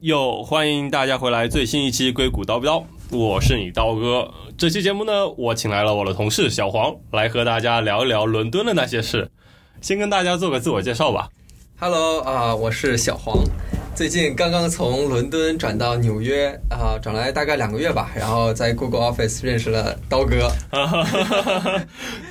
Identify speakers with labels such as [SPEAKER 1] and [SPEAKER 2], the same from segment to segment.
[SPEAKER 1] 哟，欢迎大家回来，最新一期《硅谷叨不叨》，我是你刀哥。这期节目呢，我请来了我的同事小黄来和大家聊一聊伦敦的那些事。先跟大家做个自我介绍吧。
[SPEAKER 2] Hello 啊、我是小黄，最近刚刚从伦敦转到纽约啊、转来大概两个月吧，然后在 Google Office 认识了刀哥。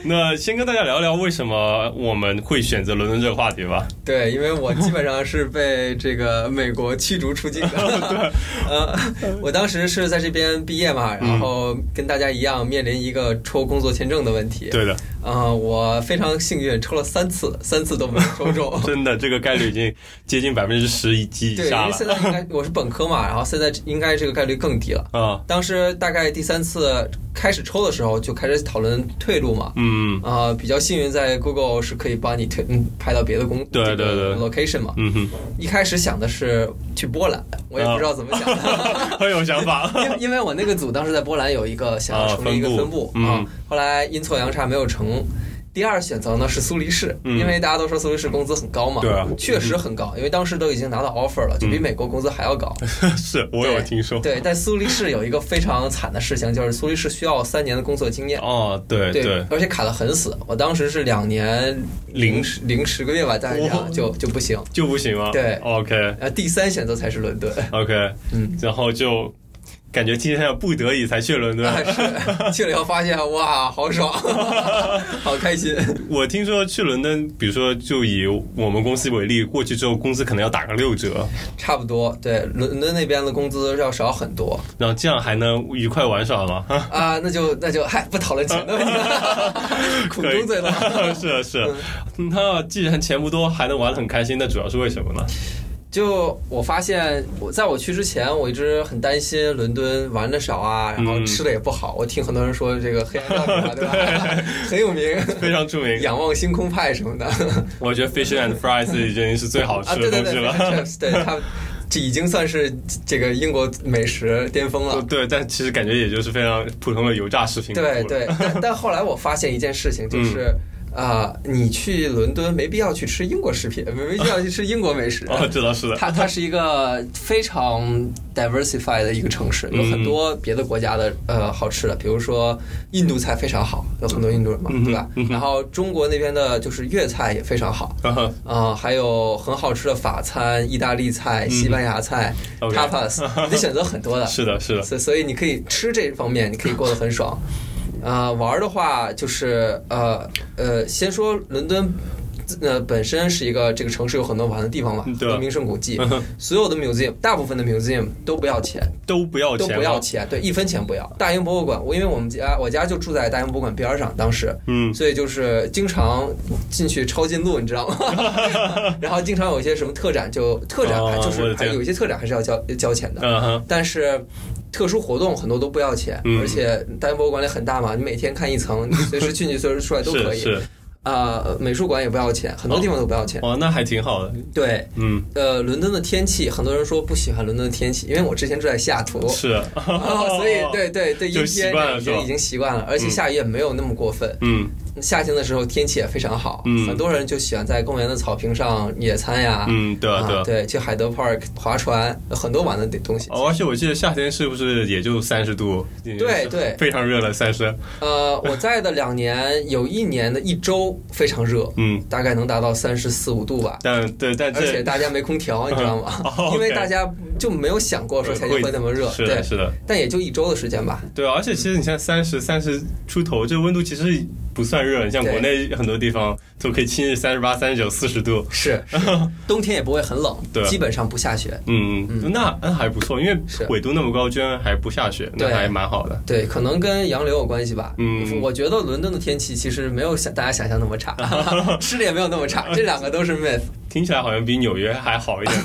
[SPEAKER 1] 那先跟大家聊聊为什么我们会选择伦敦这个话题吧。
[SPEAKER 2] 对，哎因为我基本上是被这个美国驱逐出境的。呃，我当时是在这边毕业嘛，然后跟大家一样面临一个抽工作签证的问题。
[SPEAKER 1] 对的，
[SPEAKER 2] 啊、我非常幸运，抽了三次，三次都没有抽 中。
[SPEAKER 1] 真的，这个概率已经接近百分之十以及以
[SPEAKER 2] 对，因
[SPEAKER 1] 下
[SPEAKER 2] 为
[SPEAKER 1] 了。
[SPEAKER 2] 现在应该我是本科嘛，然后现在应该这个概率更低了。
[SPEAKER 1] 啊，
[SPEAKER 2] 当时大概第三次开始抽的时候，就开始讨论退路嘛。
[SPEAKER 1] 嗯
[SPEAKER 2] 啊、比较幸运，在 Google 是可以帮你推嗯派到别的工
[SPEAKER 1] 对
[SPEAKER 2] 这个
[SPEAKER 1] 对对
[SPEAKER 2] location 嘛。
[SPEAKER 1] 嗯哼，
[SPEAKER 2] 一开始想的是去波兰，我也不知道怎么想的，
[SPEAKER 1] 很有想法。
[SPEAKER 2] 因为因为我那个组当时在波兰有一个想要成立一个分
[SPEAKER 1] 啊分
[SPEAKER 2] 部
[SPEAKER 1] 部
[SPEAKER 2] 啊、
[SPEAKER 1] 嗯
[SPEAKER 2] 后来阴错阳差没有成。第二选择呢是苏黎世，
[SPEAKER 1] 嗯
[SPEAKER 2] 因为大家都说苏黎世工资很高嘛，
[SPEAKER 1] 对啊
[SPEAKER 2] 确实很高，因为当时都已经拿到 offer 了，就比美国工资还要高。
[SPEAKER 1] 是我有听说。
[SPEAKER 2] 对，但苏黎世有一个非常惨的事情，就是苏黎世需要三年的工作经验。
[SPEAKER 1] 哦，对对，
[SPEAKER 2] 而且卡得很死。我当时是两年
[SPEAKER 1] 零
[SPEAKER 2] 十零十个月吧，大概这
[SPEAKER 1] 哇
[SPEAKER 2] 样就就不行。
[SPEAKER 1] 就不行吗？
[SPEAKER 2] 对
[SPEAKER 1] ，OK
[SPEAKER 2] 呃，第三选择才是 伦敦，
[SPEAKER 1] OK，
[SPEAKER 2] 嗯，
[SPEAKER 1] 然后就感觉听起来不得已才去伦敦。
[SPEAKER 2] 但是去了以后发现哇，好爽， 好开心。
[SPEAKER 1] 我听说去伦敦，比如说就以我们公司为例，过去之后工资可能要打个六折，
[SPEAKER 2] 差不多，对，伦敦那边的工资要少很多
[SPEAKER 1] 然后这样还能愉快玩耍吗？
[SPEAKER 2] 啊。那就那就嗨，不讨论钱的问题了，苦中作乐。
[SPEAKER 1] 是啊是啊，
[SPEAKER 2] 嗯
[SPEAKER 1] 那既然钱不多，还能玩得很开心，那主要是为什么呢？
[SPEAKER 2] 就我发现，我在我去之前，我一直很担心伦敦玩的少啊，然后
[SPEAKER 1] 嗯
[SPEAKER 2] 吃的也不好。我听很多人说这个黑暗料理嘛，对 吧？很有名，
[SPEAKER 1] 非常著名，
[SPEAKER 2] 仰望星空派什 么的啊，
[SPEAKER 1] 我觉得 fish and fries 已经是最好吃
[SPEAKER 2] 对
[SPEAKER 1] 的
[SPEAKER 2] 对
[SPEAKER 1] 东
[SPEAKER 2] 对
[SPEAKER 1] 西了。
[SPEAKER 2] ，Chips，对 它这已经算是这个英国美食巅峰了。
[SPEAKER 1] 对，但其实感觉也就是非常普通的嗯油炸食品。
[SPEAKER 2] 对，对，但但后来我发现一件事情，就是啊、你去伦敦没必要去吃英国食品，没必要去吃英国美食。
[SPEAKER 1] 哦，知道是的，
[SPEAKER 2] 它它是一个非常 diversified 的一个城
[SPEAKER 1] 嗯
[SPEAKER 2] 市，有很多别的国家的呃好吃的，比如说印度菜非常好，有很多印度人嘛，
[SPEAKER 1] 嗯哼
[SPEAKER 2] 对吧
[SPEAKER 1] 嗯？哼
[SPEAKER 2] 然后中国那边的就是粤菜也非常好，啊、还有很好吃的法餐、意大利菜、西班牙菜、
[SPEAKER 1] 嗯 OK
[SPEAKER 2] tapas，你的选择很多的，
[SPEAKER 1] 是的，是的。
[SPEAKER 2] 所所以你可以吃这方面，你可以过得很爽。啊、玩儿的话就是呃呃，先说伦敦。呃，本身是一个这个城市有很多玩的地方嘛，
[SPEAKER 1] 嗯对
[SPEAKER 2] 多名胜古迹，所有的 museum，大部分的 museum 都不要钱，
[SPEAKER 1] 都不要
[SPEAKER 2] 都
[SPEAKER 1] 钱吗，
[SPEAKER 2] 不要钱，对，一分钱不要。大英博物馆，我因为我们家我家就住在大英博物馆边儿上，当时，
[SPEAKER 1] 嗯
[SPEAKER 2] 所以就是经常进去抄近路，你知道吗？ 然后经常有一些什么特展就，特展还
[SPEAKER 1] 哦
[SPEAKER 2] 就
[SPEAKER 1] 我
[SPEAKER 2] 是
[SPEAKER 1] 的
[SPEAKER 2] 还
[SPEAKER 1] 天
[SPEAKER 2] 有一些特展还是要交交钱的，
[SPEAKER 1] 嗯哼，
[SPEAKER 2] 但是。特殊活动很多都不要钱，
[SPEAKER 1] 嗯
[SPEAKER 2] 而且大英博物馆里很大嘛，你每天看一层，你随时进去随时出来都可
[SPEAKER 1] 是
[SPEAKER 2] 以。
[SPEAKER 1] 是，
[SPEAKER 2] 啊、美术馆也不要钱，很多地方都不要钱。
[SPEAKER 1] 哦，那还挺好的，
[SPEAKER 2] 对，
[SPEAKER 1] 嗯，
[SPEAKER 2] 呃，伦敦的天气，很多人说不喜欢伦敦的天气，因为我之前住在西雅图，
[SPEAKER 1] 是，啊
[SPEAKER 2] 哦， 所以对对对，
[SPEAKER 1] 就
[SPEAKER 2] 阴
[SPEAKER 1] 习
[SPEAKER 2] 天
[SPEAKER 1] 惯了
[SPEAKER 2] 已
[SPEAKER 1] 是吧
[SPEAKER 2] 经已经习惯了，而且下雨也没有那么过分。
[SPEAKER 1] 嗯
[SPEAKER 2] 夏天的时候天气也非常好，
[SPEAKER 1] 嗯
[SPEAKER 2] 很多人就喜欢在公园的草坪上野餐呀，
[SPEAKER 1] 嗯，对啊对
[SPEAKER 2] 啊
[SPEAKER 1] 啊。
[SPEAKER 2] 对，去海德 park 划船，很多玩的东西。
[SPEAKER 1] 哦，而且我记得夏天是不是也就三十度？
[SPEAKER 2] 对对
[SPEAKER 1] 非常热了，三十。
[SPEAKER 2] 呃，我在的两年，有一年的一周非常热，
[SPEAKER 1] 嗯，
[SPEAKER 2] 大概能达到三十四五度吧。
[SPEAKER 1] 但对，但
[SPEAKER 2] 而且
[SPEAKER 1] 这
[SPEAKER 2] 大家没空调，你知道 吗？
[SPEAKER 1] 哦，OK
[SPEAKER 2] 因为大家就没有想过说夏天会那么热，
[SPEAKER 1] 呃是
[SPEAKER 2] 对
[SPEAKER 1] 的，，是的，
[SPEAKER 2] 但也就一周的时间吧。
[SPEAKER 1] 对啊。而且其实你像三十、三十出头，这温度其实不算热。你像
[SPEAKER 2] 对
[SPEAKER 1] 国内很多地方都可以亲日三十八、三十九、四十度。
[SPEAKER 2] 是， 是冬天也不会很冷，
[SPEAKER 1] 对
[SPEAKER 2] 基本上不下雪。
[SPEAKER 1] 嗯，那那还不错，因为
[SPEAKER 2] 是
[SPEAKER 1] 纬度那么高，居然还不下雪，那
[SPEAKER 2] 对
[SPEAKER 1] 还蛮好的。
[SPEAKER 2] 对，可能跟洋流有关系吧。
[SPEAKER 1] 嗯
[SPEAKER 2] 我觉得伦敦的天气其实没有想大家想象那么差， 吃的也没有那么差，这两个都是 myth。
[SPEAKER 1] 听起来好像比纽约还好一点。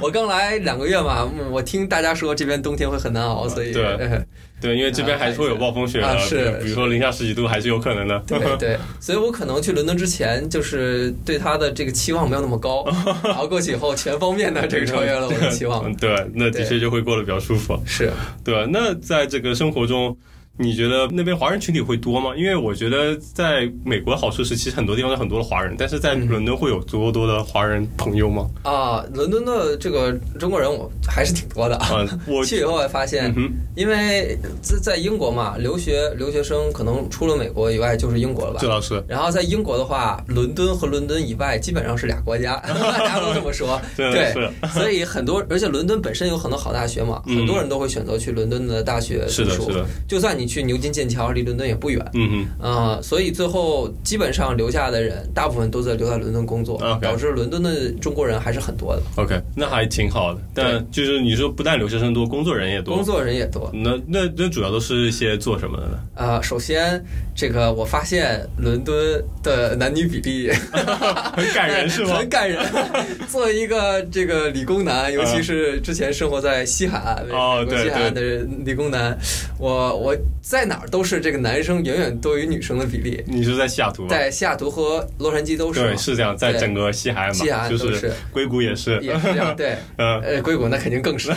[SPEAKER 2] 我刚来两个月嘛，嗯我听大家说这边冬天会很难熬，所以
[SPEAKER 1] 对
[SPEAKER 2] 呃
[SPEAKER 1] 对，因为这边还是会有暴风雪的，
[SPEAKER 2] 啊是
[SPEAKER 1] 比如说零下十几度还是有可能的。
[SPEAKER 2] 对 对，所以我可能去伦敦之前就是对它的这个期望没有那么高，然后过去以后全方面的这个超越了我 的期望。
[SPEAKER 1] 嗯对，那的确就会过得比较舒服。
[SPEAKER 2] 是，
[SPEAKER 1] 对，那在这个生活中，你觉得那边华人群体会多吗？因为我觉得在美国的好处是，其实很多地方有很多的华人，但是在伦敦会有足够多的华人朋 友吗？
[SPEAKER 2] 啊，伦敦的这个中国人我还是挺多的。
[SPEAKER 1] 啊，我
[SPEAKER 2] 去以后还发现
[SPEAKER 1] 嗯，哼
[SPEAKER 2] 因为在在英国嘛，留学留学生可能除了美国以外就是英国了吧
[SPEAKER 1] 这？倒是，
[SPEAKER 2] 然后在英国的话，伦敦和伦敦以外基本上是俩国 家，大家都这么说。
[SPEAKER 1] 真的
[SPEAKER 2] 对
[SPEAKER 1] 是，
[SPEAKER 2] 所以很多，而且伦敦本身有很多好大学嘛，
[SPEAKER 1] 嗯
[SPEAKER 2] 很多人都会选择去伦敦的大学
[SPEAKER 1] 是
[SPEAKER 2] 读
[SPEAKER 1] 的，
[SPEAKER 2] 书
[SPEAKER 1] 是。的，
[SPEAKER 2] 就算你去牛津、剑桥，离伦敦也不远
[SPEAKER 1] 嗯
[SPEAKER 2] 啊、所以最后基本上留下的人，大部分都在留在伦敦工作
[SPEAKER 1] OK
[SPEAKER 2] 导致伦敦的中国人还是很多的，
[SPEAKER 1] 哼，OK，那还挺好的。但就是你说，不但留学生多，工作人也
[SPEAKER 2] 工
[SPEAKER 1] 多，
[SPEAKER 2] 作人也多。
[SPEAKER 1] 那那那主要都是一些做什 么的呢？
[SPEAKER 2] 啊。首先这个我发现伦敦的男女比例
[SPEAKER 1] 很 感人是吗嗯
[SPEAKER 2] 很？感人。作为一个这个理工男，尤其是之前生活在西海岸，
[SPEAKER 1] 哦
[SPEAKER 2] 美国西海岸的理工男，我我在哪儿都是这个男生远远多于女生的比例，
[SPEAKER 1] 你是在西雅图吗？
[SPEAKER 2] 在西雅图和洛杉矶都是
[SPEAKER 1] 对，
[SPEAKER 2] 嘛，
[SPEAKER 1] 是这样，在
[SPEAKER 2] 对
[SPEAKER 1] 整个西海岸
[SPEAKER 2] 西海
[SPEAKER 1] 嘛，
[SPEAKER 2] 岸
[SPEAKER 1] 就
[SPEAKER 2] 都
[SPEAKER 1] 是
[SPEAKER 2] 是
[SPEAKER 1] 硅谷也是，
[SPEAKER 2] 也是这样，对。
[SPEAKER 1] 嗯，
[SPEAKER 2] 呃，硅谷那肯定更 是，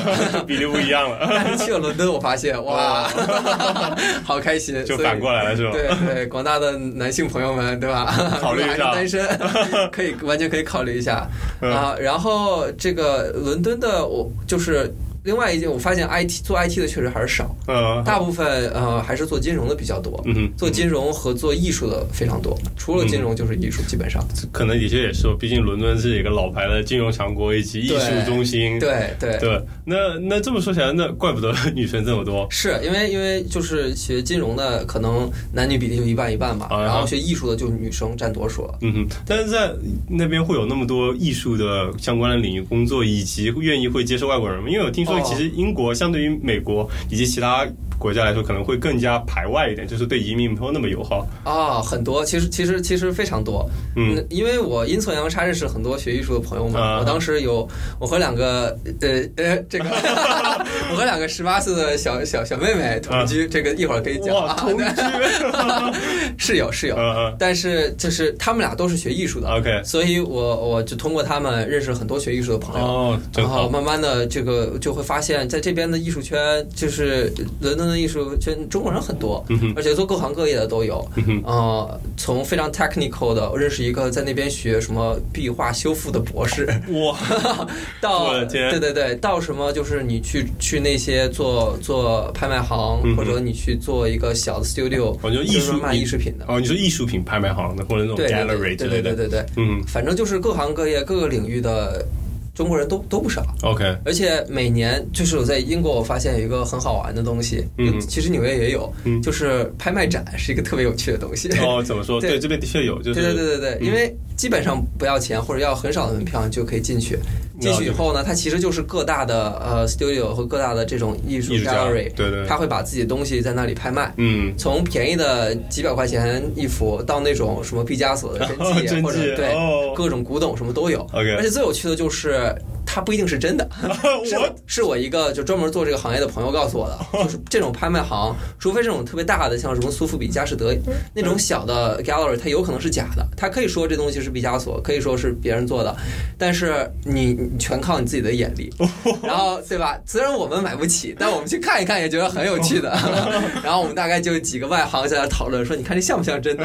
[SPEAKER 1] 比例不一样 了，
[SPEAKER 2] 但是去了伦敦，我发现哇， 好开心，
[SPEAKER 1] 哦就
[SPEAKER 2] 所以
[SPEAKER 1] 反过来了是吧？
[SPEAKER 2] 对对，广大的男性朋友们，对 吧？
[SPEAKER 1] 考虑一下
[SPEAKER 2] 还是 单身可以完全可以考虑一下
[SPEAKER 1] 嗯
[SPEAKER 2] 啊。然后这个伦敦的，我就是另外一件，我发现 IT 做 IT 的确实还是少，
[SPEAKER 1] 嗯，
[SPEAKER 2] 大部分呃还是做金融的比较多，
[SPEAKER 1] 嗯哼，
[SPEAKER 2] 做金融和做艺术的非常多，除了金融就是艺术，基本上。
[SPEAKER 1] 可能的确也是，毕竟伦敦是一个老牌的金融强国以及艺术中心。
[SPEAKER 2] 对对。
[SPEAKER 1] 嗯对，那那这么说起来，那怪不得女生这么多。
[SPEAKER 2] 是因为因为就是学金融的，可能男女比例就一半一半吧，
[SPEAKER 1] 啊
[SPEAKER 2] 然后学艺术的就女生占多数了。
[SPEAKER 1] 嗯哼，但是在那边会有那么多艺术的相关的领域工作，以及愿意会接受外国人吗？因为我听说，
[SPEAKER 2] 哦
[SPEAKER 1] 其实英国相对于美国以及其他国家来说，可能会更加排外一点，就是对移民没有那么友好。
[SPEAKER 2] 啊、很多，其实其实其实非常多。
[SPEAKER 1] 嗯，
[SPEAKER 2] 因为我阴错阳差认识很多学艺术的朋友们，
[SPEAKER 1] 啊
[SPEAKER 2] 我当时有我和两个呃呃这个， 我和两个十八岁的小小小妹妹同居，这个一会儿可以讲
[SPEAKER 1] 啊哇，
[SPEAKER 2] 啊，
[SPEAKER 1] 同居，
[SPEAKER 2] 是有是有，
[SPEAKER 1] 嗯
[SPEAKER 2] 但是就是他们俩都是学艺术
[SPEAKER 1] 嗯
[SPEAKER 2] 的，
[SPEAKER 1] ，OK，
[SPEAKER 2] 所以我我就通过他们认识很多学艺术的朋友。
[SPEAKER 1] 哦，真
[SPEAKER 2] 然后
[SPEAKER 1] 好，
[SPEAKER 2] 慢慢的，这个就会发现，在这边的艺术圈，就是伦敦的艺术圈，中国人很多，
[SPEAKER 1] 嗯哼，
[SPEAKER 2] 而且做各行各业的都有。
[SPEAKER 1] 嗯哼，
[SPEAKER 2] 呃，从非常 technical 的，我认识一个在那边学什么壁画修复的博士，
[SPEAKER 1] 哇，我
[SPEAKER 2] 到
[SPEAKER 1] 的天
[SPEAKER 2] 对对对，到什么就是你去去那些做做拍卖行，
[SPEAKER 1] 嗯哼
[SPEAKER 2] 或者你去做一个小的 studio，
[SPEAKER 1] 我觉得艺术
[SPEAKER 2] 就是卖艺术品的，
[SPEAKER 1] 哦，你说艺术品拍卖行的，或者那种
[SPEAKER 2] 对对
[SPEAKER 1] gallery
[SPEAKER 2] 对
[SPEAKER 1] 之
[SPEAKER 2] 对
[SPEAKER 1] 类
[SPEAKER 2] 对
[SPEAKER 1] 的
[SPEAKER 2] 对，对对，
[SPEAKER 1] 嗯
[SPEAKER 2] 反正就是各行各业各个领域的中国人都都不少。
[SPEAKER 1] ，OK，
[SPEAKER 2] 而且每年就是我在英国，我发现有一个很好玩的东西，
[SPEAKER 1] 嗯
[SPEAKER 2] 其实纽约也有，
[SPEAKER 1] 嗯
[SPEAKER 2] 就是拍卖展是一个特别有趣的东西。
[SPEAKER 1] 哦，怎么说？
[SPEAKER 2] 对
[SPEAKER 1] 对，这边的确 有，就是
[SPEAKER 2] 对对对对对，
[SPEAKER 1] 嗯
[SPEAKER 2] 因为基本上不要钱或者要很少的门票，你就可以进去。进
[SPEAKER 1] 了
[SPEAKER 2] 去以
[SPEAKER 1] 解
[SPEAKER 2] 后呢，它其实就是各大的呃 studio 和各大的这种艺术
[SPEAKER 1] 艺术家，
[SPEAKER 2] gallery，
[SPEAKER 1] 对对，
[SPEAKER 2] 他会把自己的东西在那里拍卖。
[SPEAKER 1] 嗯，
[SPEAKER 2] 从便宜的几百块钱一幅，到那种什么毕加索的真
[SPEAKER 1] 哦
[SPEAKER 2] 迹，啊
[SPEAKER 1] 真迹
[SPEAKER 2] 或者对、
[SPEAKER 1] 哦
[SPEAKER 2] 各种古董什么都有。
[SPEAKER 1] OK
[SPEAKER 2] 而且最有趣的就是，它不一定是真 的。 是
[SPEAKER 1] 我
[SPEAKER 2] 是我一个就专门做这个行业的朋友告诉 我的，就是这种拍卖行，除非这种特别大的，像什么苏富比、佳士得那种小的 gallery，它有可能是假的。它可以说这东西是毕加索，可以说是别人做的，但是你你全靠你自己的眼 力，然后对吧？虽然我们买不起，但我们去看一看也觉得很有 趣的。然后我们大概就几个外行在那讨论说，你看这像不像真 的？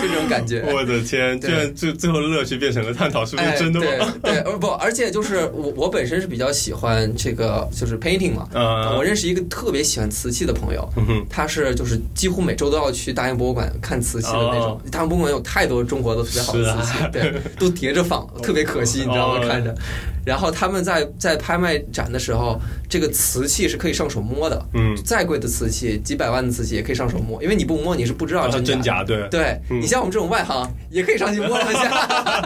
[SPEAKER 2] 这种感觉。
[SPEAKER 1] 我的天，居
[SPEAKER 2] 对
[SPEAKER 1] 然最最后的乐趣变成了探讨是不是真的吗？
[SPEAKER 2] 哎、对对，呃不，而且就是我我本身是比较喜欢这个就是 painting 嘛，
[SPEAKER 1] 呃
[SPEAKER 2] 我，认识一个特别喜欢瓷器的朋友，
[SPEAKER 1] 嗯哼
[SPEAKER 2] 他是就是几乎每周都要去大英博物馆看瓷器的那种
[SPEAKER 1] 哦。啊
[SPEAKER 2] 大英博物馆有太多中国的特别好的瓷器， 对，都叠着放，特别可惜，你知道吗？
[SPEAKER 1] 哦
[SPEAKER 2] 看着。然后他们在在拍卖展的时候，这个瓷器是可以上手摸的，
[SPEAKER 1] 嗯，
[SPEAKER 2] 再贵的瓷器，几百万的瓷器也可以上手摸，因为你不摸你是不知道
[SPEAKER 1] 啊，
[SPEAKER 2] 真
[SPEAKER 1] 真
[SPEAKER 2] 假的。
[SPEAKER 1] 假，对
[SPEAKER 2] 对
[SPEAKER 1] 嗯
[SPEAKER 2] 你像我们这种外行，也可以上去摸两 下，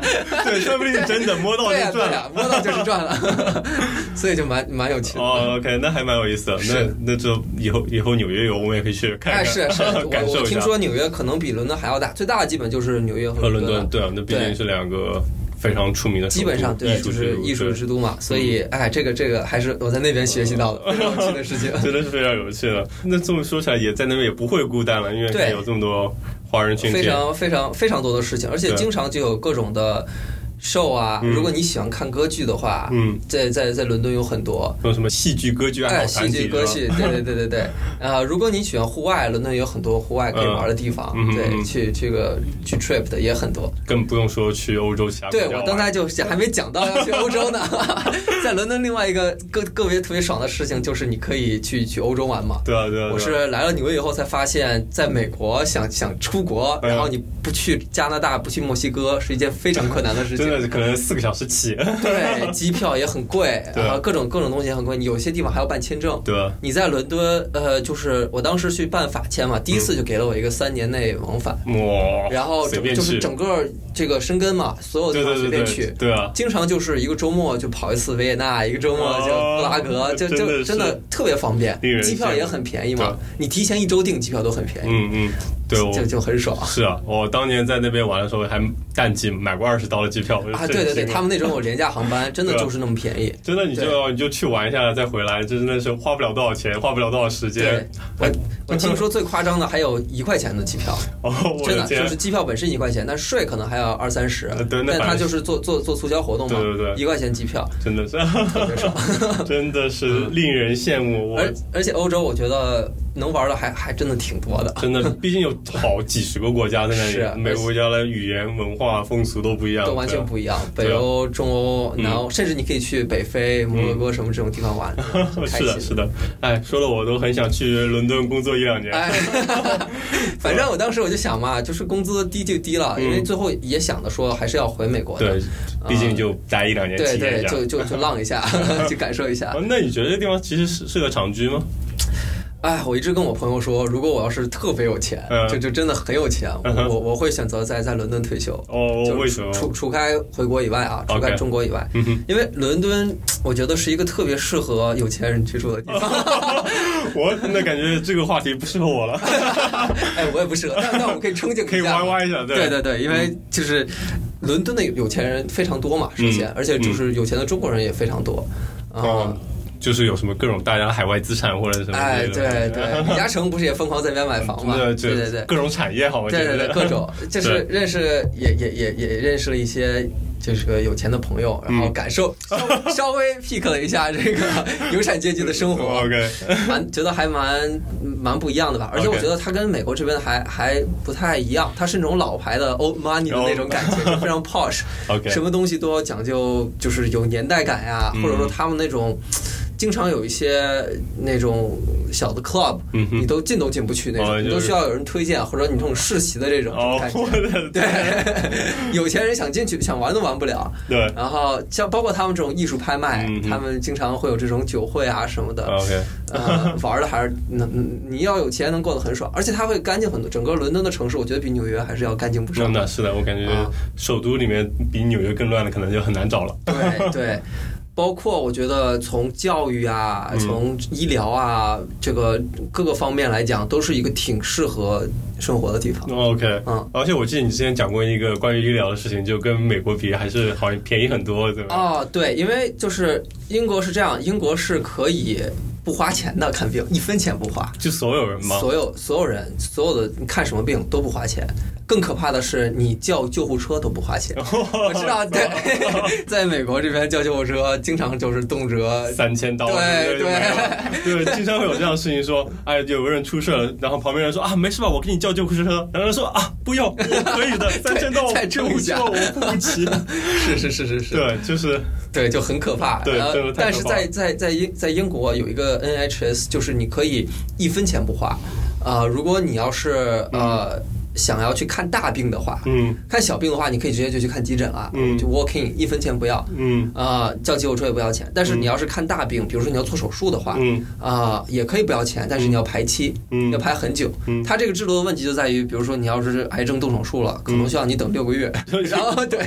[SPEAKER 1] 对，说不定是真的摸到
[SPEAKER 2] 对呀
[SPEAKER 1] 就
[SPEAKER 2] 对
[SPEAKER 1] 赚了。
[SPEAKER 2] 呀，摸到就是赚了， 所以就蛮蛮有趣的。
[SPEAKER 1] 哦，OK，那还蛮有意思的。
[SPEAKER 2] 是
[SPEAKER 1] 那那就以后以后纽约有，我们也可以去看看，
[SPEAKER 2] 哎，是是，我
[SPEAKER 1] 感受
[SPEAKER 2] 我
[SPEAKER 1] 一
[SPEAKER 2] 听
[SPEAKER 1] 下。
[SPEAKER 2] 说纽约可能比伦敦还要大，最大的基本就是纽约
[SPEAKER 1] 和
[SPEAKER 2] 和
[SPEAKER 1] 伦
[SPEAKER 2] 伦
[SPEAKER 1] 敦，
[SPEAKER 2] 了。
[SPEAKER 1] 对啊，那毕竟
[SPEAKER 2] 对
[SPEAKER 1] 是两个非常出名的首都，
[SPEAKER 2] 基本上对，
[SPEAKER 1] 艺术
[SPEAKER 2] 就
[SPEAKER 1] 之
[SPEAKER 2] 是
[SPEAKER 1] 都
[SPEAKER 2] 艺术
[SPEAKER 1] 对嗯
[SPEAKER 2] 之都嘛，所以哎，这个这个还是我在那边学习到 的非常有趣的事情。
[SPEAKER 1] 真的是非常有趣了。那这么说起来，也在那边也不会孤单了，因为
[SPEAKER 2] 对
[SPEAKER 1] 有这么多华人群体。
[SPEAKER 2] 非常非常非常多的事情，而且
[SPEAKER 1] 对
[SPEAKER 2] 经常就有各种的。 show 啊，
[SPEAKER 1] 嗯
[SPEAKER 2] 如果你喜欢看歌剧的话，
[SPEAKER 1] 嗯，啊
[SPEAKER 2] 在在在伦敦有很多。
[SPEAKER 1] 有什么戏剧、歌剧爱
[SPEAKER 2] 哎，
[SPEAKER 1] 好
[SPEAKER 2] 戏
[SPEAKER 1] 团体
[SPEAKER 2] 剧、
[SPEAKER 1] 是吧？
[SPEAKER 2] 歌戏，对对对对 对。啊，如果你喜欢户外，伦敦有很多户外可以玩的地方
[SPEAKER 1] 嗯嗯哼，嗯
[SPEAKER 2] 对，
[SPEAKER 1] 哼
[SPEAKER 2] 去去个去 trip 的也很多。
[SPEAKER 1] 更不用说去欧洲其他国
[SPEAKER 2] 对
[SPEAKER 1] 家
[SPEAKER 2] 我
[SPEAKER 1] 玩
[SPEAKER 2] 刚才就还没讲到要去欧洲呢， 在伦敦另外一个个个别特别爽的事情就是你可以去去欧洲玩嘛。
[SPEAKER 1] 对啊对啊，对啊
[SPEAKER 2] 我是来了纽约以后才发现，在美国想想出国，
[SPEAKER 1] 嗯
[SPEAKER 2] 然后你不去加拿大、不去墨西哥，是一件非常困难的事情
[SPEAKER 1] 真。的可能四个小时起，
[SPEAKER 2] 对，机票也很贵，
[SPEAKER 1] 对
[SPEAKER 2] 然后各种各种东西也很贵，你有些地方还要办签证。
[SPEAKER 1] 对啊吧？
[SPEAKER 2] 你在伦敦，呃，就是我当时去办法签嘛，第一次就给了我一个三年内往返，
[SPEAKER 1] 哇，
[SPEAKER 2] 然后
[SPEAKER 1] 哦随
[SPEAKER 2] 整
[SPEAKER 1] 便
[SPEAKER 2] 就是
[SPEAKER 1] 去，
[SPEAKER 2] 整个这个申根嘛，所有
[SPEAKER 1] 对
[SPEAKER 2] 地
[SPEAKER 1] 对
[SPEAKER 2] 方随
[SPEAKER 1] 对
[SPEAKER 2] 便
[SPEAKER 1] 对
[SPEAKER 2] 去。
[SPEAKER 1] 对，对啊，
[SPEAKER 2] 经常就是一个周末就跑一次维也纳，一个周末就布拉格，
[SPEAKER 1] 哦
[SPEAKER 2] 就
[SPEAKER 1] 真的
[SPEAKER 2] 就是真的特别方便
[SPEAKER 1] 令人，
[SPEAKER 2] 机票也很便宜
[SPEAKER 1] 羡
[SPEAKER 2] 嘛
[SPEAKER 1] 慕，
[SPEAKER 2] 你提前一周订机票都很便宜，
[SPEAKER 1] 嗯嗯，对我
[SPEAKER 2] 就就很爽
[SPEAKER 1] 是啊，我当年在那边玩的时候还淡季买过二十刀的机票，我就
[SPEAKER 2] 啊！
[SPEAKER 1] 震
[SPEAKER 2] 对对对，
[SPEAKER 1] 惊了
[SPEAKER 2] 他们那种有廉价航班，真的
[SPEAKER 1] 对啊
[SPEAKER 2] 就是那么便宜。
[SPEAKER 1] 真的你就你就去玩一下再回来，这真的是花不了多少钱，花不了多少时
[SPEAKER 2] 对
[SPEAKER 1] 间。，
[SPEAKER 2] 我我听说最夸张的还有一块钱的机票，
[SPEAKER 1] 哦，我
[SPEAKER 2] 真
[SPEAKER 1] 的
[SPEAKER 2] 的
[SPEAKER 1] 天
[SPEAKER 2] 就，是机票本身一块钱，但税可能还要二三十
[SPEAKER 1] 呃。对那
[SPEAKER 2] 但
[SPEAKER 1] 反
[SPEAKER 2] 他
[SPEAKER 1] 正
[SPEAKER 2] 就是做做做促销活动嘛，
[SPEAKER 1] 对对对
[SPEAKER 2] 一块钱机票
[SPEAKER 1] 真的是，
[SPEAKER 2] 特别爽。
[SPEAKER 1] 真的是令人羡慕。我
[SPEAKER 2] 而而且欧洲我觉得能玩的还还真的挺多的。
[SPEAKER 1] 真的，毕竟有好几十个国家在
[SPEAKER 2] 是
[SPEAKER 1] 那
[SPEAKER 2] 啊
[SPEAKER 1] 里，每个国家的语言、文化、风俗都不一样，
[SPEAKER 2] 都完全不一样，
[SPEAKER 1] 对啊
[SPEAKER 2] 北欧、中欧，
[SPEAKER 1] 嗯
[SPEAKER 2] 南欧，甚至你可以去北非、摩洛哥什么这种地方 玩，很
[SPEAKER 1] 对啊。
[SPEAKER 2] 开
[SPEAKER 1] 是的，
[SPEAKER 2] 心。
[SPEAKER 1] 是的，哎，说的我都很想去伦敦工作一两年。
[SPEAKER 2] 哎， 反正我当时我就想嘛，就是工资低就低了，
[SPEAKER 1] 嗯
[SPEAKER 2] 因为最后也想着说还是要回美国的
[SPEAKER 1] 对，，毕竟就待一两年
[SPEAKER 2] 对
[SPEAKER 1] 体验
[SPEAKER 2] 对
[SPEAKER 1] 一，下。
[SPEAKER 2] 就就就浪一 下，去感受一下
[SPEAKER 1] 啊。那你觉得这地方其实是适合长居吗？
[SPEAKER 2] 哎，我一直跟我朋友说，如果我要是特别有钱
[SPEAKER 1] 嗯，
[SPEAKER 2] 就就真的很有钱，
[SPEAKER 1] 嗯哼
[SPEAKER 2] 我我会选择在在伦敦退休。
[SPEAKER 1] 哦，
[SPEAKER 2] 就
[SPEAKER 1] 为什么？
[SPEAKER 2] 除除开回国以外啊，除开
[SPEAKER 1] OK
[SPEAKER 2] 中国以外，
[SPEAKER 1] 嗯哼，
[SPEAKER 2] 因为伦敦我觉得是一个特别适合有钱人居住的地 方。
[SPEAKER 1] 我真的感觉这个话题不适合我了，
[SPEAKER 2] 哎，我也不适合，但但我们可以 憧憬一下，
[SPEAKER 1] 可以歪歪一下，
[SPEAKER 2] 对对对，因为就是伦敦的有钱人非常多嘛，首先，
[SPEAKER 1] 嗯
[SPEAKER 2] 而且就是有钱的中国人也非常多。 啊、
[SPEAKER 1] 哦，就是有什么各种大家的海外资产或者什么
[SPEAKER 2] 哎，
[SPEAKER 1] 之类的，
[SPEAKER 2] 对对，李嘉诚不是也疯狂在那边买房嘛？
[SPEAKER 1] 那
[SPEAKER 2] 对
[SPEAKER 1] 就
[SPEAKER 2] 对对，
[SPEAKER 1] 各种产业好吗？
[SPEAKER 2] 对对
[SPEAKER 1] 这
[SPEAKER 2] 对，
[SPEAKER 1] 个
[SPEAKER 2] 各种就是认识也也也也认识了一些。就是个有钱的朋友，然后
[SPEAKER 1] 嗯
[SPEAKER 2] 感受稍 微稍微 pick 了一下这个 有产阶级的生活，
[SPEAKER 1] OK，
[SPEAKER 2] 蛮觉得还蛮蛮不一样的吧。而且
[SPEAKER 1] OK
[SPEAKER 2] 我觉得它跟美国这边的还还不太一样，它是那种老牌的 old money 的那种感觉，就非常 posh，
[SPEAKER 1] 哦 OK
[SPEAKER 2] 什么东西都要讲究，就是有年代感呀，
[SPEAKER 1] 嗯
[SPEAKER 2] 或者说他们那种。经常有一些那种小的 club，、
[SPEAKER 1] 嗯哼
[SPEAKER 2] 你都进都进不去那种，
[SPEAKER 1] 哦就是
[SPEAKER 2] 你都需要有人推荐，或者你这种世袭的这种
[SPEAKER 1] 哦
[SPEAKER 2] 感，觉。
[SPEAKER 1] 我的
[SPEAKER 2] 对，有钱人想进去，想玩都玩不了。
[SPEAKER 1] 对
[SPEAKER 2] 然后像包括他们这种艺术拍卖，
[SPEAKER 1] 嗯哼哦
[SPEAKER 2] 他们经常会有这种酒会啊什么的。
[SPEAKER 1] OK，
[SPEAKER 2] 呃，玩儿的还是能，你要有钱能过得很爽，而且它会干净很多。整个伦敦的城市，我觉得比纽约还是要干净不
[SPEAKER 1] 那
[SPEAKER 2] 少。
[SPEAKER 1] 那哦是的，我感觉
[SPEAKER 2] 啊
[SPEAKER 1] 首都里面比纽约更乱的可能就很难找了。
[SPEAKER 2] 对对，包括我觉得从教育啊，
[SPEAKER 1] 嗯
[SPEAKER 2] 从医疗啊，这个各个方面来讲，都是一个挺适合生活的地方。
[SPEAKER 1] OK，
[SPEAKER 2] 嗯
[SPEAKER 1] 而且我记得你之前讲过一个关于医疗的事情，就跟美国比还是好像便宜很多，对吧？
[SPEAKER 2] 哦，对，因为就是英国是这样，英国是可以不花钱的看病，一分钱不花。
[SPEAKER 1] 就所有人嘛，
[SPEAKER 2] 所有所有人所有的你看什么病都不花钱，更可怕的是你叫救护车都不花 钱。我知道，对， 在美国这边叫救护车经常就是动辄。
[SPEAKER 1] 三千刀，啊
[SPEAKER 2] 对
[SPEAKER 1] 对对，对，经常会有这样的事情说，哎，有个人出事了，然后旁边人说啊，没事吧，我给你叫救护车，然后人说啊，不用，我可以 的，三千刀，
[SPEAKER 2] 再
[SPEAKER 1] 救
[SPEAKER 2] 挣
[SPEAKER 1] 护
[SPEAKER 2] 一下
[SPEAKER 1] 车我付不起，
[SPEAKER 2] 是是是是是，
[SPEAKER 1] 对，就是
[SPEAKER 2] 对，就很可怕。
[SPEAKER 1] 对
[SPEAKER 2] 然后
[SPEAKER 1] 真的太可怕
[SPEAKER 2] 但是在在在英在英国啊有一个 NHS，就是你可以一分钱不花。呃，如果你要是呃想要去看大病的话，
[SPEAKER 1] 嗯
[SPEAKER 2] 看小病的话，你可以直接就去看急诊啊，
[SPEAKER 1] 嗯
[SPEAKER 2] 就 walking 一分钱不要。
[SPEAKER 1] 嗯
[SPEAKER 2] 呃，叫救护车也不要钱，但是
[SPEAKER 1] 嗯
[SPEAKER 2] 你要是看大病，比如说你要做手术的话，
[SPEAKER 1] 嗯
[SPEAKER 2] 啊、也可以不要钱，但是你要排期，
[SPEAKER 1] 嗯
[SPEAKER 2] 要排很久。
[SPEAKER 1] 嗯
[SPEAKER 2] 它这个制度的问题就在于，比如说你要是癌症动手术 了，可能需要你等六个月，然后对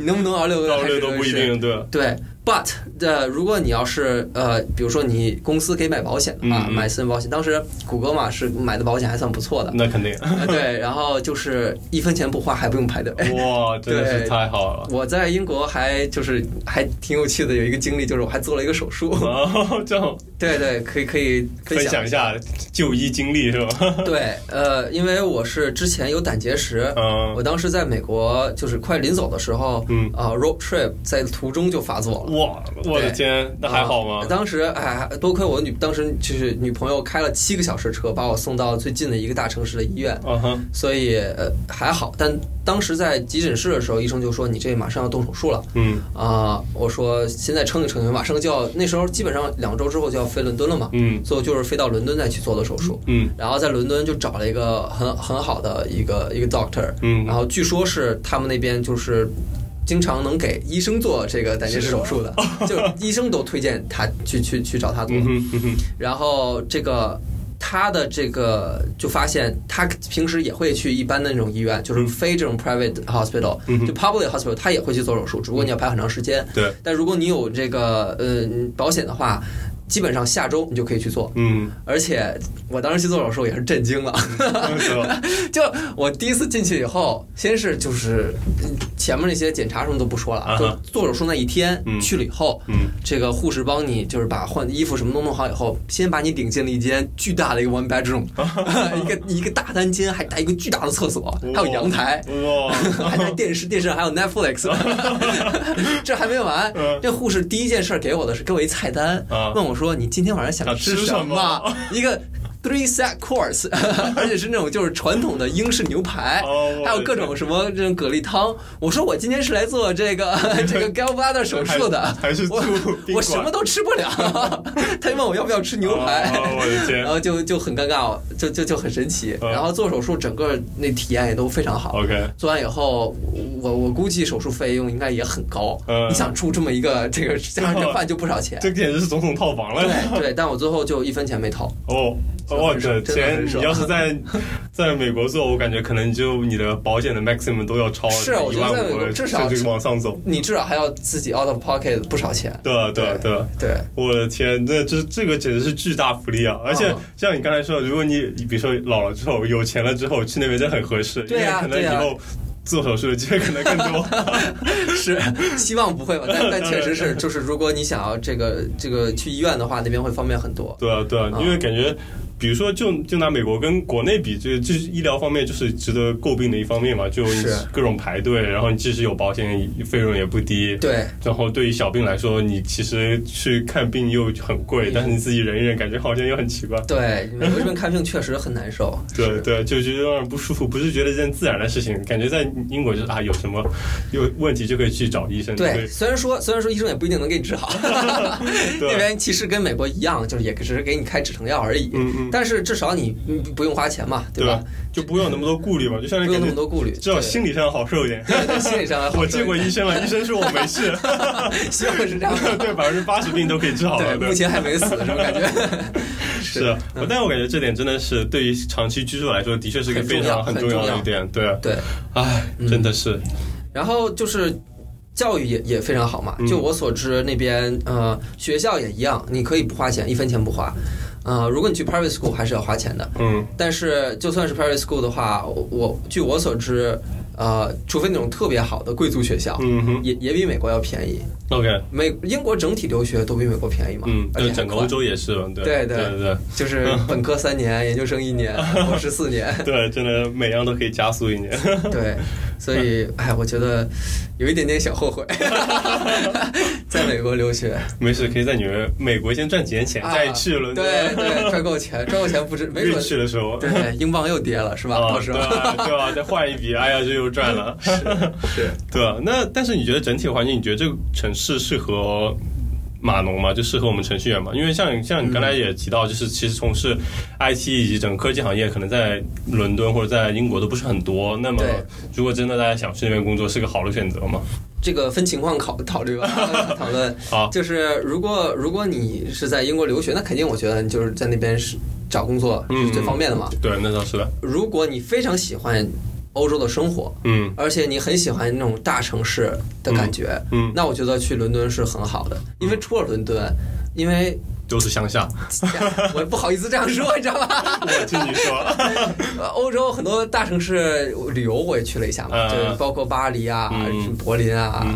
[SPEAKER 2] 你能不能熬六个月
[SPEAKER 1] 到
[SPEAKER 2] 还
[SPEAKER 1] 六
[SPEAKER 2] 是
[SPEAKER 1] 都不一
[SPEAKER 2] 是
[SPEAKER 1] 定，对，
[SPEAKER 2] 对， But 呃，如果你要是呃，比如说你公司可以买保险的话，
[SPEAKER 1] 嗯嗯
[SPEAKER 2] 买私人保险，当时谷歌嘛是买的保险还算不错 的，
[SPEAKER 1] 那肯定，
[SPEAKER 2] 呃对，然后就是一分钱不花，还不用排队。
[SPEAKER 1] 哇，真的是
[SPEAKER 2] 对
[SPEAKER 1] 太好了。
[SPEAKER 2] 我在英国还就是还挺有趣的，有一个经历就是我还做了一个手 术，
[SPEAKER 1] 然后这样
[SPEAKER 2] 对对，可以可以
[SPEAKER 1] 分享一下就医经历是吧？
[SPEAKER 2] 对，呃，因为我是之前有胆结石，
[SPEAKER 1] 嗯，
[SPEAKER 2] 我当时在美国就是快临走的时候，
[SPEAKER 1] 嗯
[SPEAKER 2] 啊、r o a d trip 在途中就发作了。
[SPEAKER 1] 哇，我的天，那还好
[SPEAKER 2] 啊
[SPEAKER 1] 吗？
[SPEAKER 2] 当时哎，多亏我女当时就是女朋友开了七个小时车把我送到最近的一个大城市的医院，
[SPEAKER 1] 嗯哼，
[SPEAKER 2] 所以呃还好。但当时在急诊室的时候，医生就说你这马上要动手术了
[SPEAKER 1] 嗯
[SPEAKER 2] 啊、我说现在撑一撑，马上就要那时候基本上两周之后就要飞伦敦了嘛，
[SPEAKER 1] 嗯
[SPEAKER 2] 所以我就是飞到伦敦再去做的手术。
[SPEAKER 1] 嗯
[SPEAKER 2] 然后在伦敦就找了一个很很好的一个一个 doctor，
[SPEAKER 1] 嗯
[SPEAKER 2] 然后据说是他们那边就是经常能给医生做这个胆结石手术的，就医生都推荐他去去去找他做
[SPEAKER 1] 嗯。哼嗯哼，
[SPEAKER 2] 然后这个他的这个就发现他平时也会去一般的那种医院，就是非这种 private hospital，
[SPEAKER 1] 嗯嗯哼嗯
[SPEAKER 2] 就 public hospital，他也会去做手术，只不过你要排很长时间。
[SPEAKER 1] 对，
[SPEAKER 2] 但如果你有这个呃保险的话，基本上下周你就可以去做。
[SPEAKER 1] 嗯，
[SPEAKER 2] 而且我当时去做手术也是震惊了，
[SPEAKER 1] 是吧？
[SPEAKER 2] 就我第一次进去以后，先是就是嗯前面那些检查什么都不说
[SPEAKER 1] 啊
[SPEAKER 2] 了，就
[SPEAKER 1] 哈
[SPEAKER 2] 做手术那一天
[SPEAKER 1] 嗯
[SPEAKER 2] 去了以后，
[SPEAKER 1] 嗯，
[SPEAKER 2] 这个护士帮你就是把换衣服什么都弄好以后，先把你领进了一间巨大的一个 one bedroom，一个一个大单间，还带一个巨大的厕所，还有阳台。
[SPEAKER 1] 哇，
[SPEAKER 2] 还带电视，电视上还有 Netflix，这还没完
[SPEAKER 1] 嗯。
[SPEAKER 2] 这护士第一件事给我的是给我一菜单
[SPEAKER 1] 啊，
[SPEAKER 2] 问我说：“你今天晚上想
[SPEAKER 1] 想
[SPEAKER 2] 吃
[SPEAKER 1] 吃什
[SPEAKER 2] 什么
[SPEAKER 1] 么？”
[SPEAKER 2] 一个 three set course，而且是那种就是传统的英式牛排
[SPEAKER 1] 哦我，的
[SPEAKER 2] 还有各种什么这种蛤蜊汤。我说我今天是来做这 个这个 gallbladder 手术的，
[SPEAKER 1] 还是住
[SPEAKER 2] 我
[SPEAKER 1] 宾馆
[SPEAKER 2] 我什么都吃不 了。他就问我要不要吃牛排，
[SPEAKER 1] 哦 我的天
[SPEAKER 2] 然后就就很尴尬，就就就很神奇。
[SPEAKER 1] 嗯
[SPEAKER 2] 然后做手术整个那体验也都非常好。
[SPEAKER 1] ，OK，
[SPEAKER 2] 做完以后，我我估计手术费用应该也很高。
[SPEAKER 1] 嗯
[SPEAKER 2] 你想住这么一个 这个加上这饭就不少钱。
[SPEAKER 1] 这简直是总统套房了。
[SPEAKER 2] 对对，但我最后就一分钱没掏。
[SPEAKER 1] 哦，我的
[SPEAKER 2] 真的
[SPEAKER 1] 天！
[SPEAKER 2] 很
[SPEAKER 1] 你
[SPEAKER 2] 爽
[SPEAKER 1] 要是在 在美国做，我感觉可能就你的保险的 maximum 都要超
[SPEAKER 2] 是我
[SPEAKER 1] 一
[SPEAKER 2] 觉得
[SPEAKER 1] 万
[SPEAKER 2] 在美国
[SPEAKER 1] 五，
[SPEAKER 2] 至少
[SPEAKER 1] 甚至往上走。
[SPEAKER 2] 你至少还要自己 out of pocket 不少钱。
[SPEAKER 1] 对啊对啊对啊。
[SPEAKER 2] 对，
[SPEAKER 1] 我的天，那这这个简直是巨大福利啊！而且
[SPEAKER 2] 嗯
[SPEAKER 1] 像你刚才说的，如果你比如说老了之后有钱了之后去那边，真的很合适，
[SPEAKER 2] 对啊
[SPEAKER 1] 因为可
[SPEAKER 2] 对
[SPEAKER 1] 能
[SPEAKER 2] 啊
[SPEAKER 1] 以后做手术的机会可能更 多。
[SPEAKER 2] 是希望不会吧？但 但确实是，就是如果你想要这个这个去医院的话，那边会方便很多。
[SPEAKER 1] 对啊对啊，因为感觉。比如说就，就拿美国跟国内比，就就是医疗方面就是值得诟病的一方面嘛，就你
[SPEAKER 2] 是
[SPEAKER 1] 各种排队，然后你即使有保险，费用也不低。
[SPEAKER 2] 对，
[SPEAKER 1] 然后对于小病来说，你其实去看病又很
[SPEAKER 2] 嗯
[SPEAKER 1] 贵，但是你自己忍一忍，感觉好像又很奇怪。
[SPEAKER 2] 对，美国这边看病确实很难受。
[SPEAKER 1] 对
[SPEAKER 2] 是
[SPEAKER 1] 对，就觉得让人不舒服，不是觉得一件自然的事情，感觉在英国就是啊，有什么有问题就可以去找医生。
[SPEAKER 2] 对，虽然说虽然说医生也不一定能给你治好， 那边其实跟美国一样，就是也只是给你开止疼药而已。
[SPEAKER 1] 嗯嗯
[SPEAKER 2] 但是至少你嗯不用花钱嘛，
[SPEAKER 1] 对
[SPEAKER 2] 吧？？
[SPEAKER 1] 就不用有那么多顾虑嘛，就像
[SPEAKER 2] 不
[SPEAKER 1] 你
[SPEAKER 2] 用
[SPEAKER 1] 感
[SPEAKER 2] 那
[SPEAKER 1] 觉
[SPEAKER 2] 么多顾虑，
[SPEAKER 1] 至少心理上好受 一点。
[SPEAKER 2] 对对对心理上还好。
[SPEAKER 1] 我见过医生啊 了，医生说我没事，
[SPEAKER 2] 希望是这样的。
[SPEAKER 1] 对，百分之八十病都可以治好
[SPEAKER 2] 对，
[SPEAKER 1] 了。
[SPEAKER 2] 目前嗯还没死，什么感觉？
[SPEAKER 1] 是，啊但我感觉这点真的是对于长期居住来说，的确是一个非常很
[SPEAKER 2] 很
[SPEAKER 1] 重
[SPEAKER 2] 重
[SPEAKER 1] 要
[SPEAKER 2] 要
[SPEAKER 1] 的一点。对，啊
[SPEAKER 2] 对，
[SPEAKER 1] 唉，真的是，
[SPEAKER 2] 然后就是。教育也也非常好
[SPEAKER 1] 嗯
[SPEAKER 2] 嘛，就我所知那边呃学校也一样，你可以不花钱，一分钱不花。呃，如果你去 private school 还是要花钱的，
[SPEAKER 1] 嗯
[SPEAKER 2] 但是就算是 private school 的话，我我据我所知，呃，除非那种特别好的贵族学校，
[SPEAKER 1] 嗯哼
[SPEAKER 2] 也也比美国要便宜。
[SPEAKER 1] ，OK，
[SPEAKER 2] 美英国整体留学都比美国便宜嘛，
[SPEAKER 1] 嗯，
[SPEAKER 2] 而且
[SPEAKER 1] 就
[SPEAKER 2] 还
[SPEAKER 1] 整个
[SPEAKER 2] 快
[SPEAKER 1] 欧洲也是嘛，对
[SPEAKER 2] 对
[SPEAKER 1] 对
[SPEAKER 2] 对
[SPEAKER 1] 对
[SPEAKER 2] 就是本科三年，研究生一年，博士四年，
[SPEAKER 1] 对，真的每样都可以加速一年。
[SPEAKER 2] 对，所以哎，我觉得有一点点小后悔， 在美国留学，
[SPEAKER 1] 没事，可以在纽约、美国先赚几年钱，
[SPEAKER 2] 啊
[SPEAKER 1] 再去伦敦。
[SPEAKER 2] 对对，赚够钱，赚够钱不止，没
[SPEAKER 1] 运气
[SPEAKER 2] 准
[SPEAKER 1] 的时候，
[SPEAKER 2] 对，英镑又跌了是吧？
[SPEAKER 1] 啊，
[SPEAKER 2] 到时
[SPEAKER 1] 对
[SPEAKER 2] 候
[SPEAKER 1] 啊，对啊，再换一笔，哎呀，这又赚了。
[SPEAKER 2] 是
[SPEAKER 1] 对啊，那但是你觉得整体环境，你觉得这个城市适合码农吗？就适合我们程序员吗？因为像你像你刚
[SPEAKER 2] 嗯
[SPEAKER 1] 才也提到，就是其实从事 IT 以及整个科技行业，可能在伦敦或者在英国都不是很多。那么
[SPEAKER 2] 对
[SPEAKER 1] 如果真的大家想去那边工作，是个好的选择 吗？
[SPEAKER 2] 这个分情况考考 虑吧，讨论。
[SPEAKER 1] 好
[SPEAKER 2] 就是如果如果你是在英国留学，那肯定我觉得你就是在那边是找工作
[SPEAKER 1] 嗯
[SPEAKER 2] 是最方便的嘛。
[SPEAKER 1] 啊对，那倒是的。
[SPEAKER 2] 如果你非常喜欢。欧洲的生活，
[SPEAKER 1] 嗯
[SPEAKER 2] 而且你很喜欢那种大城市的感觉，
[SPEAKER 1] 嗯，
[SPEAKER 2] 那我觉得去伦敦是很好的，因为除了伦敦，因为
[SPEAKER 1] 都是乡下。
[SPEAKER 2] 我不好意思这样说，你知道吧？
[SPEAKER 1] 我听你说，
[SPEAKER 2] 呃欧洲很多大城市旅游我也去了一下嘛，
[SPEAKER 1] 嗯
[SPEAKER 2] 就是包括巴黎啊、
[SPEAKER 1] 嗯
[SPEAKER 2] 什么柏林啊，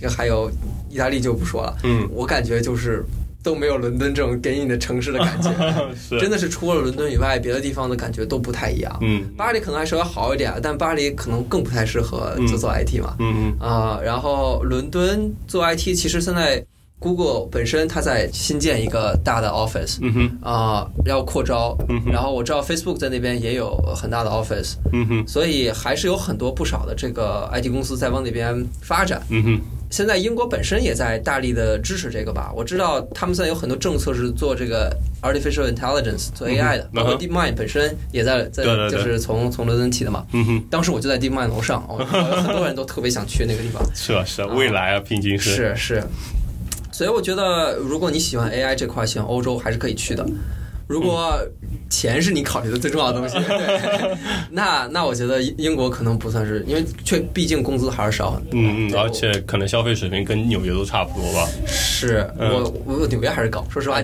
[SPEAKER 2] 这个还有意大利就不说了。
[SPEAKER 1] 嗯，
[SPEAKER 2] 我感觉就是都没有伦敦这种给你的城市的感 觉，
[SPEAKER 1] 是
[SPEAKER 2] 真的是除了伦敦以外，别的地方的感觉都不太一样。
[SPEAKER 1] 嗯
[SPEAKER 2] 巴黎可能还稍微好一点，但巴黎可能更不太适合做做 IT 嘛。
[SPEAKER 1] 嗯
[SPEAKER 2] 啊、然后伦敦做 IT，其实现在 Google 本身它在新建一个大的 office
[SPEAKER 1] 嗯嗯哼
[SPEAKER 2] 啊、要扩招
[SPEAKER 1] 嗯。哼
[SPEAKER 2] 然后我知道 Facebook 在那边也有很大的 office，
[SPEAKER 1] 嗯哼
[SPEAKER 2] 所以还是有很多不少的这个 IT 公司在往那边发展。
[SPEAKER 1] 嗯哼
[SPEAKER 2] 现在英国本身也在大力的支持这个吧，我知道他们现在有很多政策是做这个 artificial intelligence 做 AI 的
[SPEAKER 1] 嗯，哼
[SPEAKER 2] 包括
[SPEAKER 1] 嗯哼
[SPEAKER 2] DeepMind 本身也在在
[SPEAKER 1] 对对对
[SPEAKER 2] 就是从从伦敦起的嘛。
[SPEAKER 1] 嗯哼，
[SPEAKER 2] 当时我就在 DeepMind 楼上，我我有很多人都特别想去那个地方。
[SPEAKER 1] 是啊是啊，未来啊，平均是
[SPEAKER 2] 是是，所以我觉得如果你喜欢 AI 这块，喜欢欧洲还是可以去的。如果钱是你考虑的最重要的 东西，对那那我觉得英英国可能不算是，因为却毕竟工资还是少很多。
[SPEAKER 1] 嗯嗯，
[SPEAKER 2] 对
[SPEAKER 1] 而且可能消费水平跟纽约都差不多吧。
[SPEAKER 2] 是
[SPEAKER 1] 嗯
[SPEAKER 2] 我我纽约还是高，说实 话，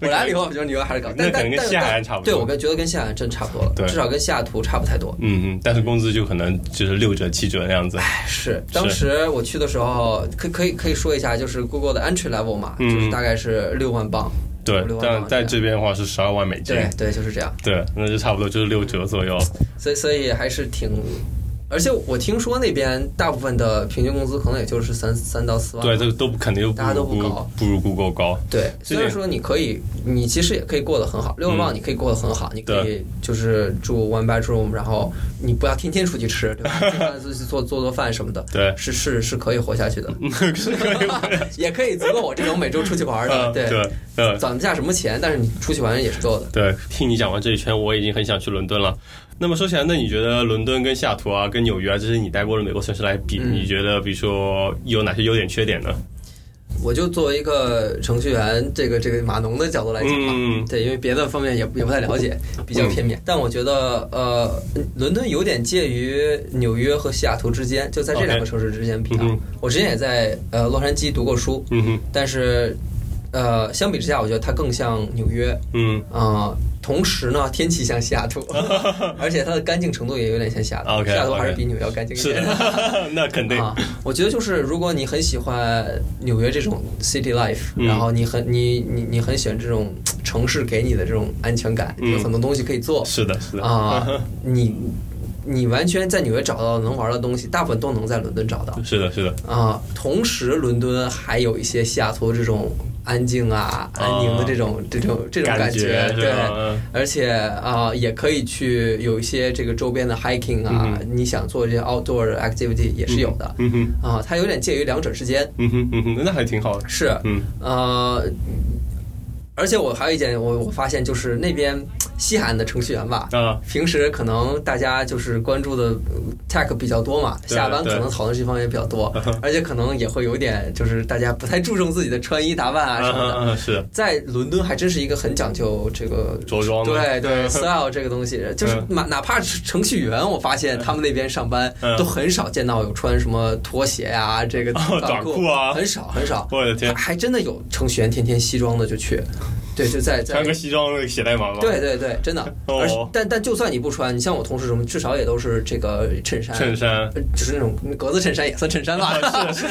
[SPEAKER 2] 我来了以后我觉得纽约还是高，但
[SPEAKER 1] 那可
[SPEAKER 2] 但
[SPEAKER 1] 能跟
[SPEAKER 2] 但
[SPEAKER 1] 西海岸差不多
[SPEAKER 2] 对我跟觉得跟西海岸真差不多了，
[SPEAKER 1] 对
[SPEAKER 2] 至少跟西雅图差不太多。
[SPEAKER 1] 嗯嗯，但是工资就可能就是六折七折那样子。
[SPEAKER 2] 哎是，当时我去的时候，可可以可以说一下，就是 Google 的 entry level 嘛，
[SPEAKER 1] 嗯
[SPEAKER 2] 就是大概是六万镑，
[SPEAKER 1] 对
[SPEAKER 2] 五六，万吧
[SPEAKER 1] 但在这边的话是十二万美金。
[SPEAKER 2] 对对，就是这样。
[SPEAKER 1] 对，那就差不多就是六折左右。
[SPEAKER 2] 所以所以还是挺，而且我听说那边大部分的平均工资可能也就是三三到四万，
[SPEAKER 1] 对，这个都不肯定就不
[SPEAKER 2] 大家都
[SPEAKER 1] 如
[SPEAKER 2] 不高
[SPEAKER 1] Google 不如 Google 高。
[SPEAKER 2] 对，
[SPEAKER 1] 这
[SPEAKER 2] 虽
[SPEAKER 1] 点
[SPEAKER 2] 然说你可以，你其实也可以过得很好，六
[SPEAKER 1] 嗯
[SPEAKER 2] 万镑你可以过得很好，你可以就是住 one bedroom，然后你不要天天出去吃，对 吧？经常就是做做做饭什么的，，
[SPEAKER 1] 对嗯
[SPEAKER 2] 是是是可以活下去的，
[SPEAKER 1] 是可以买
[SPEAKER 2] 也可以足够我这种每周出去玩的，
[SPEAKER 1] 嗯
[SPEAKER 2] 对，
[SPEAKER 1] 对对
[SPEAKER 2] 攒不下什么钱，但是你出去玩也是够的。
[SPEAKER 1] 对，听你讲完这一圈，我已经很想去伦敦了。那么说起来，那你觉得伦敦跟西雅图啊，跟纽约啊，这些你待过的美国城市来比，
[SPEAKER 2] 嗯
[SPEAKER 1] 你觉得比如说有哪些优点、缺点呢？
[SPEAKER 2] 我就作为一个程序员，这个这个码农的角度来讲吧，
[SPEAKER 1] 嗯
[SPEAKER 2] 对，因为别的方面也不也不太了解，比较片面。但我觉得，呃，伦敦有点介于纽约和西雅图之间，就在这两个
[SPEAKER 1] OK
[SPEAKER 2] 城市之间比啊。
[SPEAKER 1] 嗯哼
[SPEAKER 2] 我之前也在呃洛杉矶读过书，
[SPEAKER 1] 嗯哼，
[SPEAKER 2] 但是呃相比之下，我觉得它更像纽约，
[SPEAKER 1] 嗯
[SPEAKER 2] 呃，同时呢天气像西雅 图，而且它的干净程度也有点像西雅图
[SPEAKER 1] OK，
[SPEAKER 2] 西雅图
[SPEAKER 1] OK
[SPEAKER 2] 还是比纽约要干净一
[SPEAKER 1] 是
[SPEAKER 2] 点。
[SPEAKER 1] 的， 那肯定，
[SPEAKER 2] 啊，我觉得就是如果你很喜欢纽约这种 city life，、
[SPEAKER 1] 嗯
[SPEAKER 2] 然后你很你你你很喜欢这种嘖城市给你的这种安全感，
[SPEAKER 1] 嗯
[SPEAKER 2] 有很多东西可以做
[SPEAKER 1] 是的，是的，
[SPEAKER 2] 啊，你你完全在纽约找到能玩的东西，大部分都能在伦敦找到
[SPEAKER 1] 是的，是的，
[SPEAKER 2] 啊。同时，伦敦还有一些西雅图这种安静啊、
[SPEAKER 1] 啊
[SPEAKER 2] 安宁的这种这种这种感
[SPEAKER 1] 觉是
[SPEAKER 2] 对。
[SPEAKER 1] 吧？嗯
[SPEAKER 2] 而且啊、也可以去有一些这个周边的 hiking 啊，你想做这些 outdoor activity 也是有的。
[SPEAKER 1] 嗯哼，
[SPEAKER 2] 啊，它有点介于两者之间，
[SPEAKER 1] 嗯哼，嗯哼，那还挺好的。
[SPEAKER 2] 是
[SPEAKER 1] 嗯
[SPEAKER 2] 呃，而且我还有一点，我我发现就是那边西海岸的程序员吧，
[SPEAKER 1] 啊，
[SPEAKER 2] 平时可能大家就是关注的呃 tech 比较多嘛，
[SPEAKER 1] 对
[SPEAKER 2] 下班
[SPEAKER 1] 对
[SPEAKER 2] 可能讨论这方面比较 多，而且可能也会有点就是大家不太注重自己的穿衣打扮啊
[SPEAKER 1] 啊
[SPEAKER 2] 什么的。
[SPEAKER 1] 啊啊是
[SPEAKER 2] 在伦敦还真是一个很讲究这个
[SPEAKER 1] 着装的
[SPEAKER 2] 对对 style 这个东西，就是
[SPEAKER 1] 嗯
[SPEAKER 2] 哪哪怕是程序员，我发现他们那边上班
[SPEAKER 1] 嗯
[SPEAKER 2] 都很少见到有穿什么拖鞋啊，这个
[SPEAKER 1] 哦短裤啊
[SPEAKER 2] 很少很少。
[SPEAKER 1] 我的天
[SPEAKER 2] 还，还真的有程序员天天西装的就去，对，就在在
[SPEAKER 1] 穿。个西装写代码吗？，
[SPEAKER 2] 对对对，真的，
[SPEAKER 1] 哦
[SPEAKER 2] 而且但但就算你不穿，你像我同事什么，至少也都是这个衬衫，
[SPEAKER 1] 衬衫，哦
[SPEAKER 2] 呃就是那种格子衬衫也算衬衫吧， 是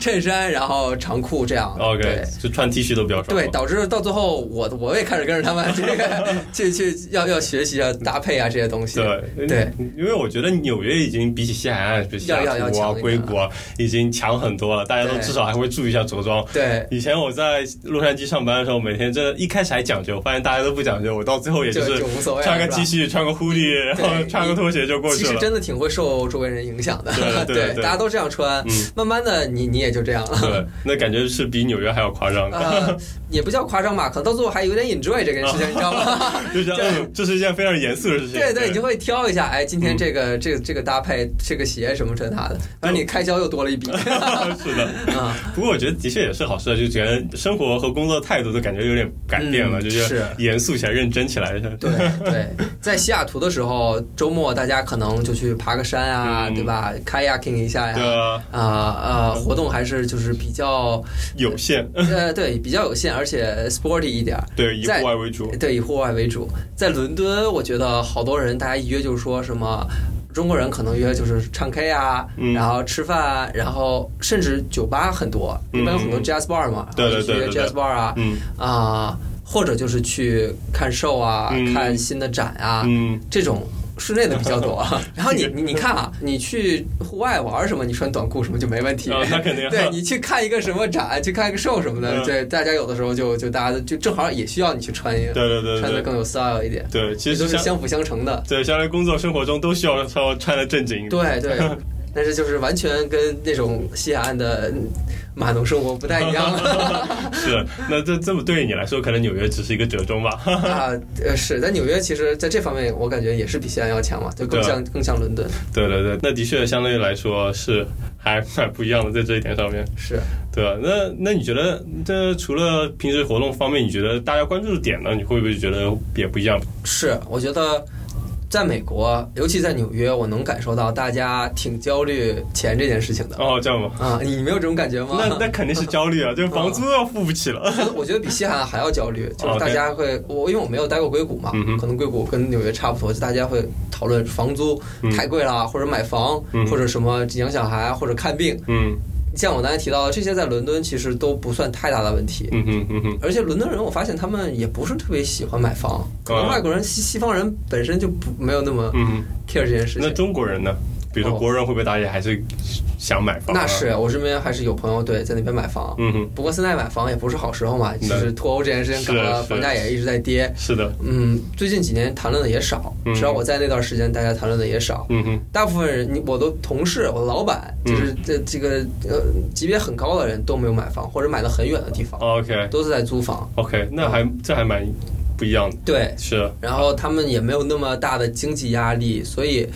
[SPEAKER 2] 衬衫，然后长裤这样。对
[SPEAKER 1] OK，就穿 T 恤都比较爽。
[SPEAKER 2] 对，导致到最后我我也开始跟着他 们这个去去要要学习啊搭配啊这些东西。
[SPEAKER 1] 对嗯
[SPEAKER 2] 对，
[SPEAKER 1] 因为我觉得纽约已经比起西海岸，比如西雅
[SPEAKER 2] 要要要
[SPEAKER 1] 图啊、
[SPEAKER 2] 强一
[SPEAKER 1] 硅
[SPEAKER 2] 点
[SPEAKER 1] 谷啊，已经强很多了。大家都
[SPEAKER 2] 对
[SPEAKER 1] 至少还会注意一下着装。
[SPEAKER 2] 对
[SPEAKER 1] 以前我在洛杉矶上班的时候，每天真的一开始还讲究，发现大家都不讲究，我到最后也
[SPEAKER 2] 就是就无所谓了
[SPEAKER 1] 穿个
[SPEAKER 2] 是吧
[SPEAKER 1] T 恤、穿个 hoodie，然后
[SPEAKER 2] 对
[SPEAKER 1] 穿个拖鞋就过
[SPEAKER 2] 其
[SPEAKER 1] 去
[SPEAKER 2] 实
[SPEAKER 1] 了。
[SPEAKER 2] 真的挺会受周围人影响的，
[SPEAKER 1] 对对对嗯
[SPEAKER 2] 大家都这样穿，慢慢的你你也就这样 了。
[SPEAKER 1] 对，那感觉是比纽约还要夸张的，
[SPEAKER 2] 呃，也不叫夸张吧，可能到最后还有点 enjoy 这件事情，你知道吗？
[SPEAKER 1] 就觉得嗯，这 是一嗯件非常严肃的事
[SPEAKER 2] 啊
[SPEAKER 1] 情。
[SPEAKER 2] 对对，你就会挑一下，哎，今天这个这个这个搭配，这个鞋什么这那的，反正你开销又多了 一笔。
[SPEAKER 1] 是的，
[SPEAKER 2] 啊，
[SPEAKER 1] 不过我觉得的确也是好事啊，就觉得生活和工作态度都感觉有有点改变
[SPEAKER 2] 嗯
[SPEAKER 1] 了，就是
[SPEAKER 2] 是
[SPEAKER 1] 严肃起来、认真起来。
[SPEAKER 2] 对对，在西雅图的时候，周末大家可能就去爬个山啊，
[SPEAKER 1] 嗯
[SPEAKER 2] 对吧？kayaking 一下
[SPEAKER 1] 对
[SPEAKER 2] 呀，
[SPEAKER 1] 啊，
[SPEAKER 2] 啊啊，活动还是就是比 较
[SPEAKER 1] 有限，
[SPEAKER 2] 呃对比较有限，而且 sporty 一点儿。
[SPEAKER 1] 对，以
[SPEAKER 2] 在
[SPEAKER 1] 户外为主。
[SPEAKER 2] 对，以户外为主。在伦敦，我觉得好多人大家一约就是说什么。中国人可能约就是唱 K 啊，
[SPEAKER 1] 嗯
[SPEAKER 2] 然后吃饭啊，然后甚至酒吧很多，
[SPEAKER 1] 嗯
[SPEAKER 2] 一般有很多 jazz bar 嘛，
[SPEAKER 1] 对
[SPEAKER 2] 然后
[SPEAKER 1] 对
[SPEAKER 2] 去
[SPEAKER 1] 对
[SPEAKER 2] 约
[SPEAKER 1] 对
[SPEAKER 2] jazz bar 啊，
[SPEAKER 1] 嗯
[SPEAKER 2] 啊、或者就是去看 show 啊，
[SPEAKER 1] 嗯
[SPEAKER 2] 看新的展啊，
[SPEAKER 1] 嗯，
[SPEAKER 2] 这种室内的比较多 啊。然后你你你看啊，你去户外玩什么，你穿短裤什么就没问题。
[SPEAKER 1] 啊，那肯定。
[SPEAKER 2] 对你去看一个什么展，去看一个 show 什么的，
[SPEAKER 1] 嗯
[SPEAKER 2] 对大家有的时候就就大家就正好也需要你去穿一个，
[SPEAKER 1] 对对对
[SPEAKER 2] 穿的
[SPEAKER 1] 对对
[SPEAKER 2] 更有 style 一点，
[SPEAKER 1] 对，其
[SPEAKER 2] 这
[SPEAKER 1] 实
[SPEAKER 2] 都是
[SPEAKER 1] 像
[SPEAKER 2] 相辅相成的。
[SPEAKER 1] 对将来工作生活中都需要穿穿的正经一点。
[SPEAKER 2] 对 对，但是就是完全跟那种西海岸的嗯码农生活不太一样 了
[SPEAKER 1] 是，那这这么对你来说，可能纽约只是一个折中吧。
[SPEAKER 2] 啊。呃，是，但纽约其实在这方面，我感觉也是比西安要强嘛，就更
[SPEAKER 1] 对啊
[SPEAKER 2] 像更像伦敦。
[SPEAKER 1] 对对对，那的确相对来说是还蛮不一样的，在这一点上面。
[SPEAKER 2] 是，
[SPEAKER 1] 对啊，那那你觉得这除了平时活动方面，你觉得大家关注的点呢？你会不会觉得也不一样？
[SPEAKER 2] 是，我觉得在美国，尤其在纽约，我能感受到大家挺焦虑钱这件事情的。
[SPEAKER 1] 哦，这样吧，
[SPEAKER 2] 啊，你没有这种感觉吗？
[SPEAKER 1] 那那肯定是焦虑啊，这
[SPEAKER 2] 嗯
[SPEAKER 1] 房租要付不起了。
[SPEAKER 2] 我 觉得 我觉得比西海岸还要焦虑，就是
[SPEAKER 1] OK
[SPEAKER 2] 大家会，我因为我没有待过硅谷嘛
[SPEAKER 1] 哦嗯哼，
[SPEAKER 2] 可能硅谷跟纽约差不多，就大家会讨论房租
[SPEAKER 1] 嗯
[SPEAKER 2] 太贵了，或者买房
[SPEAKER 1] 嗯，
[SPEAKER 2] 或者什么养小孩，或者看病。
[SPEAKER 1] 嗯
[SPEAKER 2] 像我刚才提到的，这些在伦敦其实都不算太大的问题。
[SPEAKER 1] 嗯哼嗯哼，
[SPEAKER 2] 而且伦敦人，我发现他们也不是特别喜欢买房，可能
[SPEAKER 1] 啊
[SPEAKER 2] 外国人、西西方人本身就不没有那么
[SPEAKER 1] 嗯哼，
[SPEAKER 2] care 这件事情
[SPEAKER 1] 那。中国人呢？比如说
[SPEAKER 2] 哦
[SPEAKER 1] 国人会不会大家还是想买房、啊？
[SPEAKER 2] 那是，我身边还是有朋友对在那边买房，
[SPEAKER 1] 嗯哼，
[SPEAKER 2] 不过现在买房也不是好时候嘛，
[SPEAKER 1] 那
[SPEAKER 2] 就是脱欧这件事情搞
[SPEAKER 1] 是
[SPEAKER 2] 得
[SPEAKER 1] 是
[SPEAKER 2] 房价也一直在跌。
[SPEAKER 1] 是的，
[SPEAKER 2] 嗯，最近几年谈论的也少，
[SPEAKER 1] 嗯
[SPEAKER 2] 至少我在那段时间，大家谈论的也少。
[SPEAKER 1] 嗯哼，
[SPEAKER 2] 大部分人，你我的同事、我的老板，
[SPEAKER 1] 嗯
[SPEAKER 2] 就是这这个呃级别很高的人都没有买房，或者买的很远的地方，
[SPEAKER 1] 哦 OK
[SPEAKER 2] 都是在租房。
[SPEAKER 1] OK，那还这还蛮不一样的，
[SPEAKER 2] 对，
[SPEAKER 1] 是
[SPEAKER 2] 然后他们也没有那么大的经济压力，所以，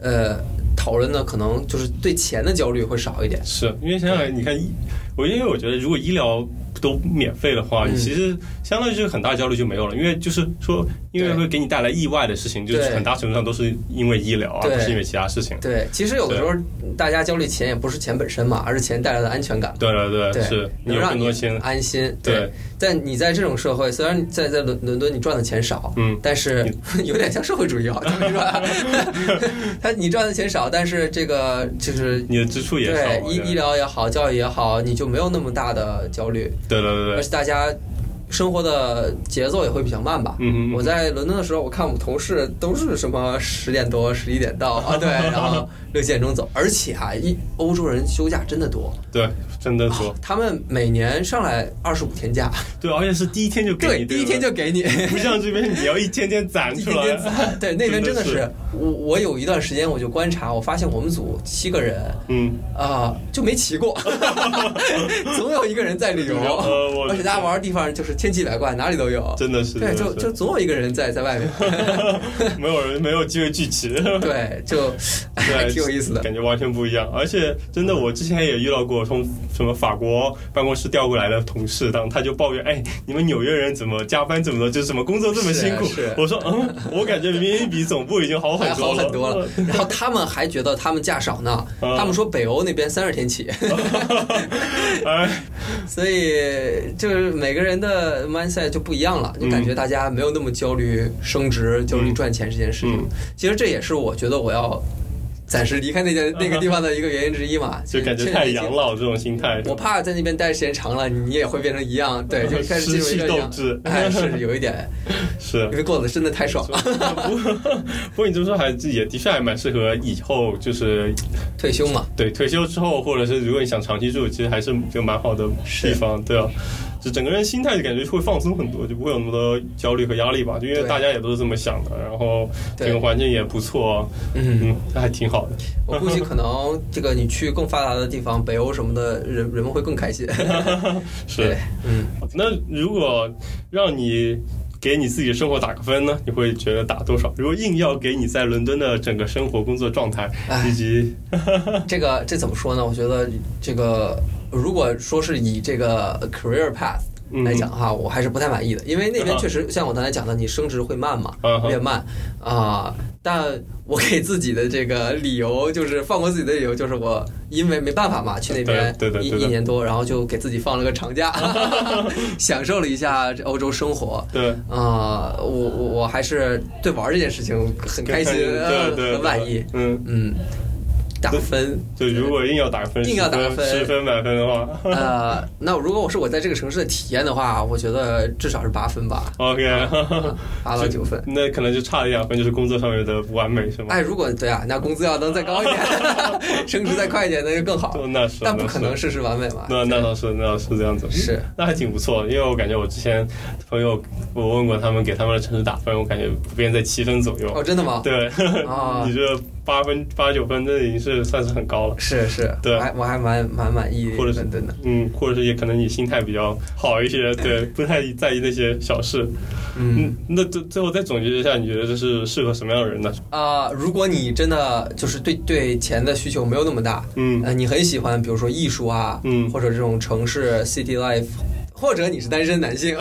[SPEAKER 2] 呃，讨论的可能就是对钱的焦虑会少一点。
[SPEAKER 1] 是，因为想想你看医，我因为我觉得如果医疗都免费的话，你
[SPEAKER 2] 嗯
[SPEAKER 1] 其实相当于这个很大焦虑就没有了，因为就是说，因为
[SPEAKER 2] 对
[SPEAKER 1] 会给你带来意外的事情，就是
[SPEAKER 2] 对
[SPEAKER 1] 很大程度上都是因为医疗，而
[SPEAKER 2] 对
[SPEAKER 1] 不是因为其他事情。
[SPEAKER 2] 对，其实有的时候大家焦虑钱也不是钱本身嘛，而是钱带来的安全感。
[SPEAKER 1] 对对
[SPEAKER 2] 对
[SPEAKER 1] 呃是你
[SPEAKER 2] 能
[SPEAKER 1] 有
[SPEAKER 2] 让
[SPEAKER 1] 更多钱，
[SPEAKER 2] 安心。
[SPEAKER 1] 对，
[SPEAKER 2] 但你在这种社会，虽然在在伦伦敦你赚的钱少，
[SPEAKER 1] 嗯，
[SPEAKER 2] 但是 有点像社会主 义啊，就是说， 他你赚的钱少，但是这个就是。
[SPEAKER 1] 你的支出也少
[SPEAKER 2] 对
[SPEAKER 1] 啊，
[SPEAKER 2] 医医疗也好，教育也好，你就没有那么大的焦虑，
[SPEAKER 1] 对对对
[SPEAKER 2] 而
[SPEAKER 1] 对，
[SPEAKER 2] 且大家生活的节奏也会比较慢吧。
[SPEAKER 1] 嗯
[SPEAKER 2] 我
[SPEAKER 1] 哼，
[SPEAKER 2] 在伦敦的时候，我看我们同事都是什么十点多、 十一点到啊，对，然后六七点钟走，而且啊，一欧洲人休假真的多，
[SPEAKER 1] 对，真的多，
[SPEAKER 2] 他们每年上来二十五天 假，
[SPEAKER 1] 对，而且是第一天就给
[SPEAKER 2] 对，
[SPEAKER 1] 你，
[SPEAKER 2] 第一天
[SPEAKER 1] 就
[SPEAKER 2] 就给你。
[SPEAKER 1] 不像这边你要一天天 攒
[SPEAKER 2] 一
[SPEAKER 1] 出
[SPEAKER 2] 天
[SPEAKER 1] 来
[SPEAKER 2] 天，攒，对那边真的
[SPEAKER 1] 真
[SPEAKER 2] 是
[SPEAKER 1] 的
[SPEAKER 2] 我，我有一段时间我就观察，我发现我们组七个人
[SPEAKER 1] 嗯，
[SPEAKER 2] 啊、就没骑 过，总有一个人在旅游，
[SPEAKER 1] 呃我
[SPEAKER 2] 而且大家玩的地方就是千奇百怪，哪里都有，
[SPEAKER 1] 真的是，
[SPEAKER 2] 对，
[SPEAKER 1] 真的
[SPEAKER 2] 就是就总有一个人在在外面，
[SPEAKER 1] 没有人没有机会聚 齐，
[SPEAKER 2] 对，就哎还挺有意思的，
[SPEAKER 1] 感觉完全不一样。而且真的，我之前也遇到过从什么法国办公室调过来的同事，当他就抱怨：“哎，你们纽约人怎么加班怎么的，就是怎么工作这么辛苦
[SPEAKER 2] 是啊是啊？”
[SPEAKER 1] 我说：“嗯，我感觉明明比总部已经好很
[SPEAKER 2] 还
[SPEAKER 1] 多
[SPEAKER 2] 好
[SPEAKER 1] 了，
[SPEAKER 2] 很多了。然后他们还觉得他们假少呢，
[SPEAKER 1] 啊
[SPEAKER 2] 他们说北欧那边三十天起，
[SPEAKER 1] 哎，
[SPEAKER 2] 所以就是每个人的 mindset 就不一样了，就感觉大家没有那么焦虑升职、焦虑赚钱这件事情
[SPEAKER 1] 嗯。
[SPEAKER 2] 其实这也是我觉得我要暂时离开那件那个地方的一个原因之一嘛，
[SPEAKER 1] 就感觉太养。老这种心态。
[SPEAKER 2] 我怕在那边待时间长了，你也会变成一样，对， 就开始进入一
[SPEAKER 1] 失
[SPEAKER 2] 个
[SPEAKER 1] 去
[SPEAKER 2] 一
[SPEAKER 1] 斗
[SPEAKER 2] 样
[SPEAKER 1] 志
[SPEAKER 2] 哎，是有一 点，
[SPEAKER 1] 是
[SPEAKER 2] 因。为过得真的太爽了，
[SPEAKER 1] 不过，不过你这么说还也的确还蛮适合以后，就是
[SPEAKER 2] 退休嘛，
[SPEAKER 1] 对退休之后，或者是如果你想长期住，其实还是就蛮好的地方，对啊，就整个人心态就感觉会放松很多，就不会有那么多焦虑和压力吧，就因为
[SPEAKER 2] 对
[SPEAKER 1] 大家也都是这么想的，然后
[SPEAKER 2] 对
[SPEAKER 1] 整个环境也不错，
[SPEAKER 2] 嗯。
[SPEAKER 1] 嗯，那还挺好的。
[SPEAKER 2] 我估计可能这个你去更发达的地方，北欧什么的人人们会更开心。
[SPEAKER 1] 是
[SPEAKER 2] 对，，嗯，
[SPEAKER 1] 那如果让你给你自己的生活打个分呢，你会觉得打多少？如果硬要给你在伦敦的整个生活、工作状态
[SPEAKER 2] 哎
[SPEAKER 1] 以及
[SPEAKER 2] 这个这怎么说呢？我觉得这个如果说是以这个 career path
[SPEAKER 1] 嗯
[SPEAKER 2] 来讲哈，我还是不太满意的，因为那边确实像我刚才讲的，你升值会慢嘛，
[SPEAKER 1] 嗯哼
[SPEAKER 2] 越慢啊。但我给自己的这个理由就是放过自己的理由，就是我因为没办法嘛，去那边
[SPEAKER 1] 对对
[SPEAKER 2] 一
[SPEAKER 1] 对对对
[SPEAKER 2] 一年多，然后就给自己放了个长 假，享受了一下这欧洲生活。
[SPEAKER 1] 对，
[SPEAKER 2] 啊、我我我还是对玩这件事情很开心，呃
[SPEAKER 1] 对对，对
[SPEAKER 2] 很满意。。
[SPEAKER 1] 嗯，
[SPEAKER 2] 嗯，打分，
[SPEAKER 1] 就如果硬要打分，
[SPEAKER 2] 硬要打分
[SPEAKER 1] 十分满分的话
[SPEAKER 2] 呃，那如果我是我在这个城市的体验的话，我觉得至少是八分吧，
[SPEAKER 1] ，OK，
[SPEAKER 2] 八到九分。
[SPEAKER 1] 那可能就差了一两分，就是工作上面的不完美，是吗？
[SPEAKER 2] 哎，如果对啊，那工资要能再高一 点，升职再快一点，那就更好。
[SPEAKER 1] 对那是，
[SPEAKER 2] 但不可能
[SPEAKER 1] 那是，
[SPEAKER 2] 事事完美嘛。
[SPEAKER 1] 那那倒是，那倒是这样子，
[SPEAKER 2] 是，
[SPEAKER 1] 那还挺不错，因为我感觉我之前朋友，我问过他们给他们的城市打分，我感觉普遍在七分左右。
[SPEAKER 2] 哦，真的吗？
[SPEAKER 1] 对，
[SPEAKER 2] 啊
[SPEAKER 1] 你这八分八九分，这已经是算是很高了。
[SPEAKER 2] 是是，
[SPEAKER 1] 对
[SPEAKER 2] 我还我还蛮蛮满意
[SPEAKER 1] 或者是
[SPEAKER 2] 伦敦的。
[SPEAKER 1] 嗯，或者是也可能你心态比较好一些，对，不太在意那些小事。
[SPEAKER 2] 嗯
[SPEAKER 1] 嗯，那最最后再总结一下，你觉得这是适合什么样的人呢？
[SPEAKER 2] 啊、如果你真的就是对对钱的需求没有那么大，
[SPEAKER 1] 嗯
[SPEAKER 2] 呃，你很喜欢，比如说艺术啊，
[SPEAKER 1] 嗯
[SPEAKER 2] 或者这种城市 city life，或者你是单身男 性，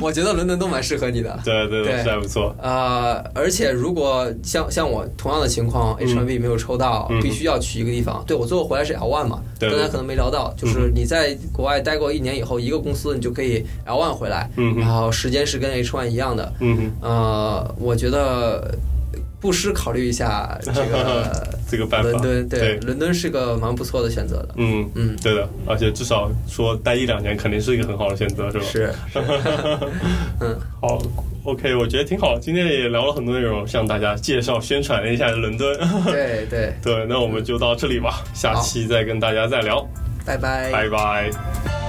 [SPEAKER 2] 我觉得伦敦都蛮适合你的。
[SPEAKER 1] 对对
[SPEAKER 2] 对
[SPEAKER 1] 是还不错。
[SPEAKER 2] 呃，而且如果像像我同样的情况
[SPEAKER 1] 嗯
[SPEAKER 2] ，H1B 没有抽到，
[SPEAKER 1] 嗯
[SPEAKER 2] 必须要去一个地方。对我最后回来是 L1 嘛，
[SPEAKER 1] 对嗯
[SPEAKER 2] 刚才可能没聊到，就是你在国外待过一年以后，一个公司你就可以 L1 回来，
[SPEAKER 1] 嗯哼
[SPEAKER 2] 然后时间是跟 H1 一样的。
[SPEAKER 1] 嗯哼，
[SPEAKER 2] 呃，我觉得不失考虑一下这个
[SPEAKER 1] 这个 办法，
[SPEAKER 2] 伦敦，对，
[SPEAKER 1] 对，
[SPEAKER 2] 伦敦是个蛮不错的选择的。
[SPEAKER 1] 嗯
[SPEAKER 2] 嗯
[SPEAKER 1] 对的，而且至少说待一两年肯定是一个很好的选择，是吧？
[SPEAKER 2] 是，是嗯，
[SPEAKER 1] 好，OK，我觉得挺好。今天也聊了很多内容，向大家介绍、宣传了一下伦敦。
[SPEAKER 2] 对对，
[SPEAKER 1] 对，那我们就到这里吧，下期再跟大家再聊，
[SPEAKER 2] 拜拜。
[SPEAKER 1] 拜拜。
[SPEAKER 3] Thank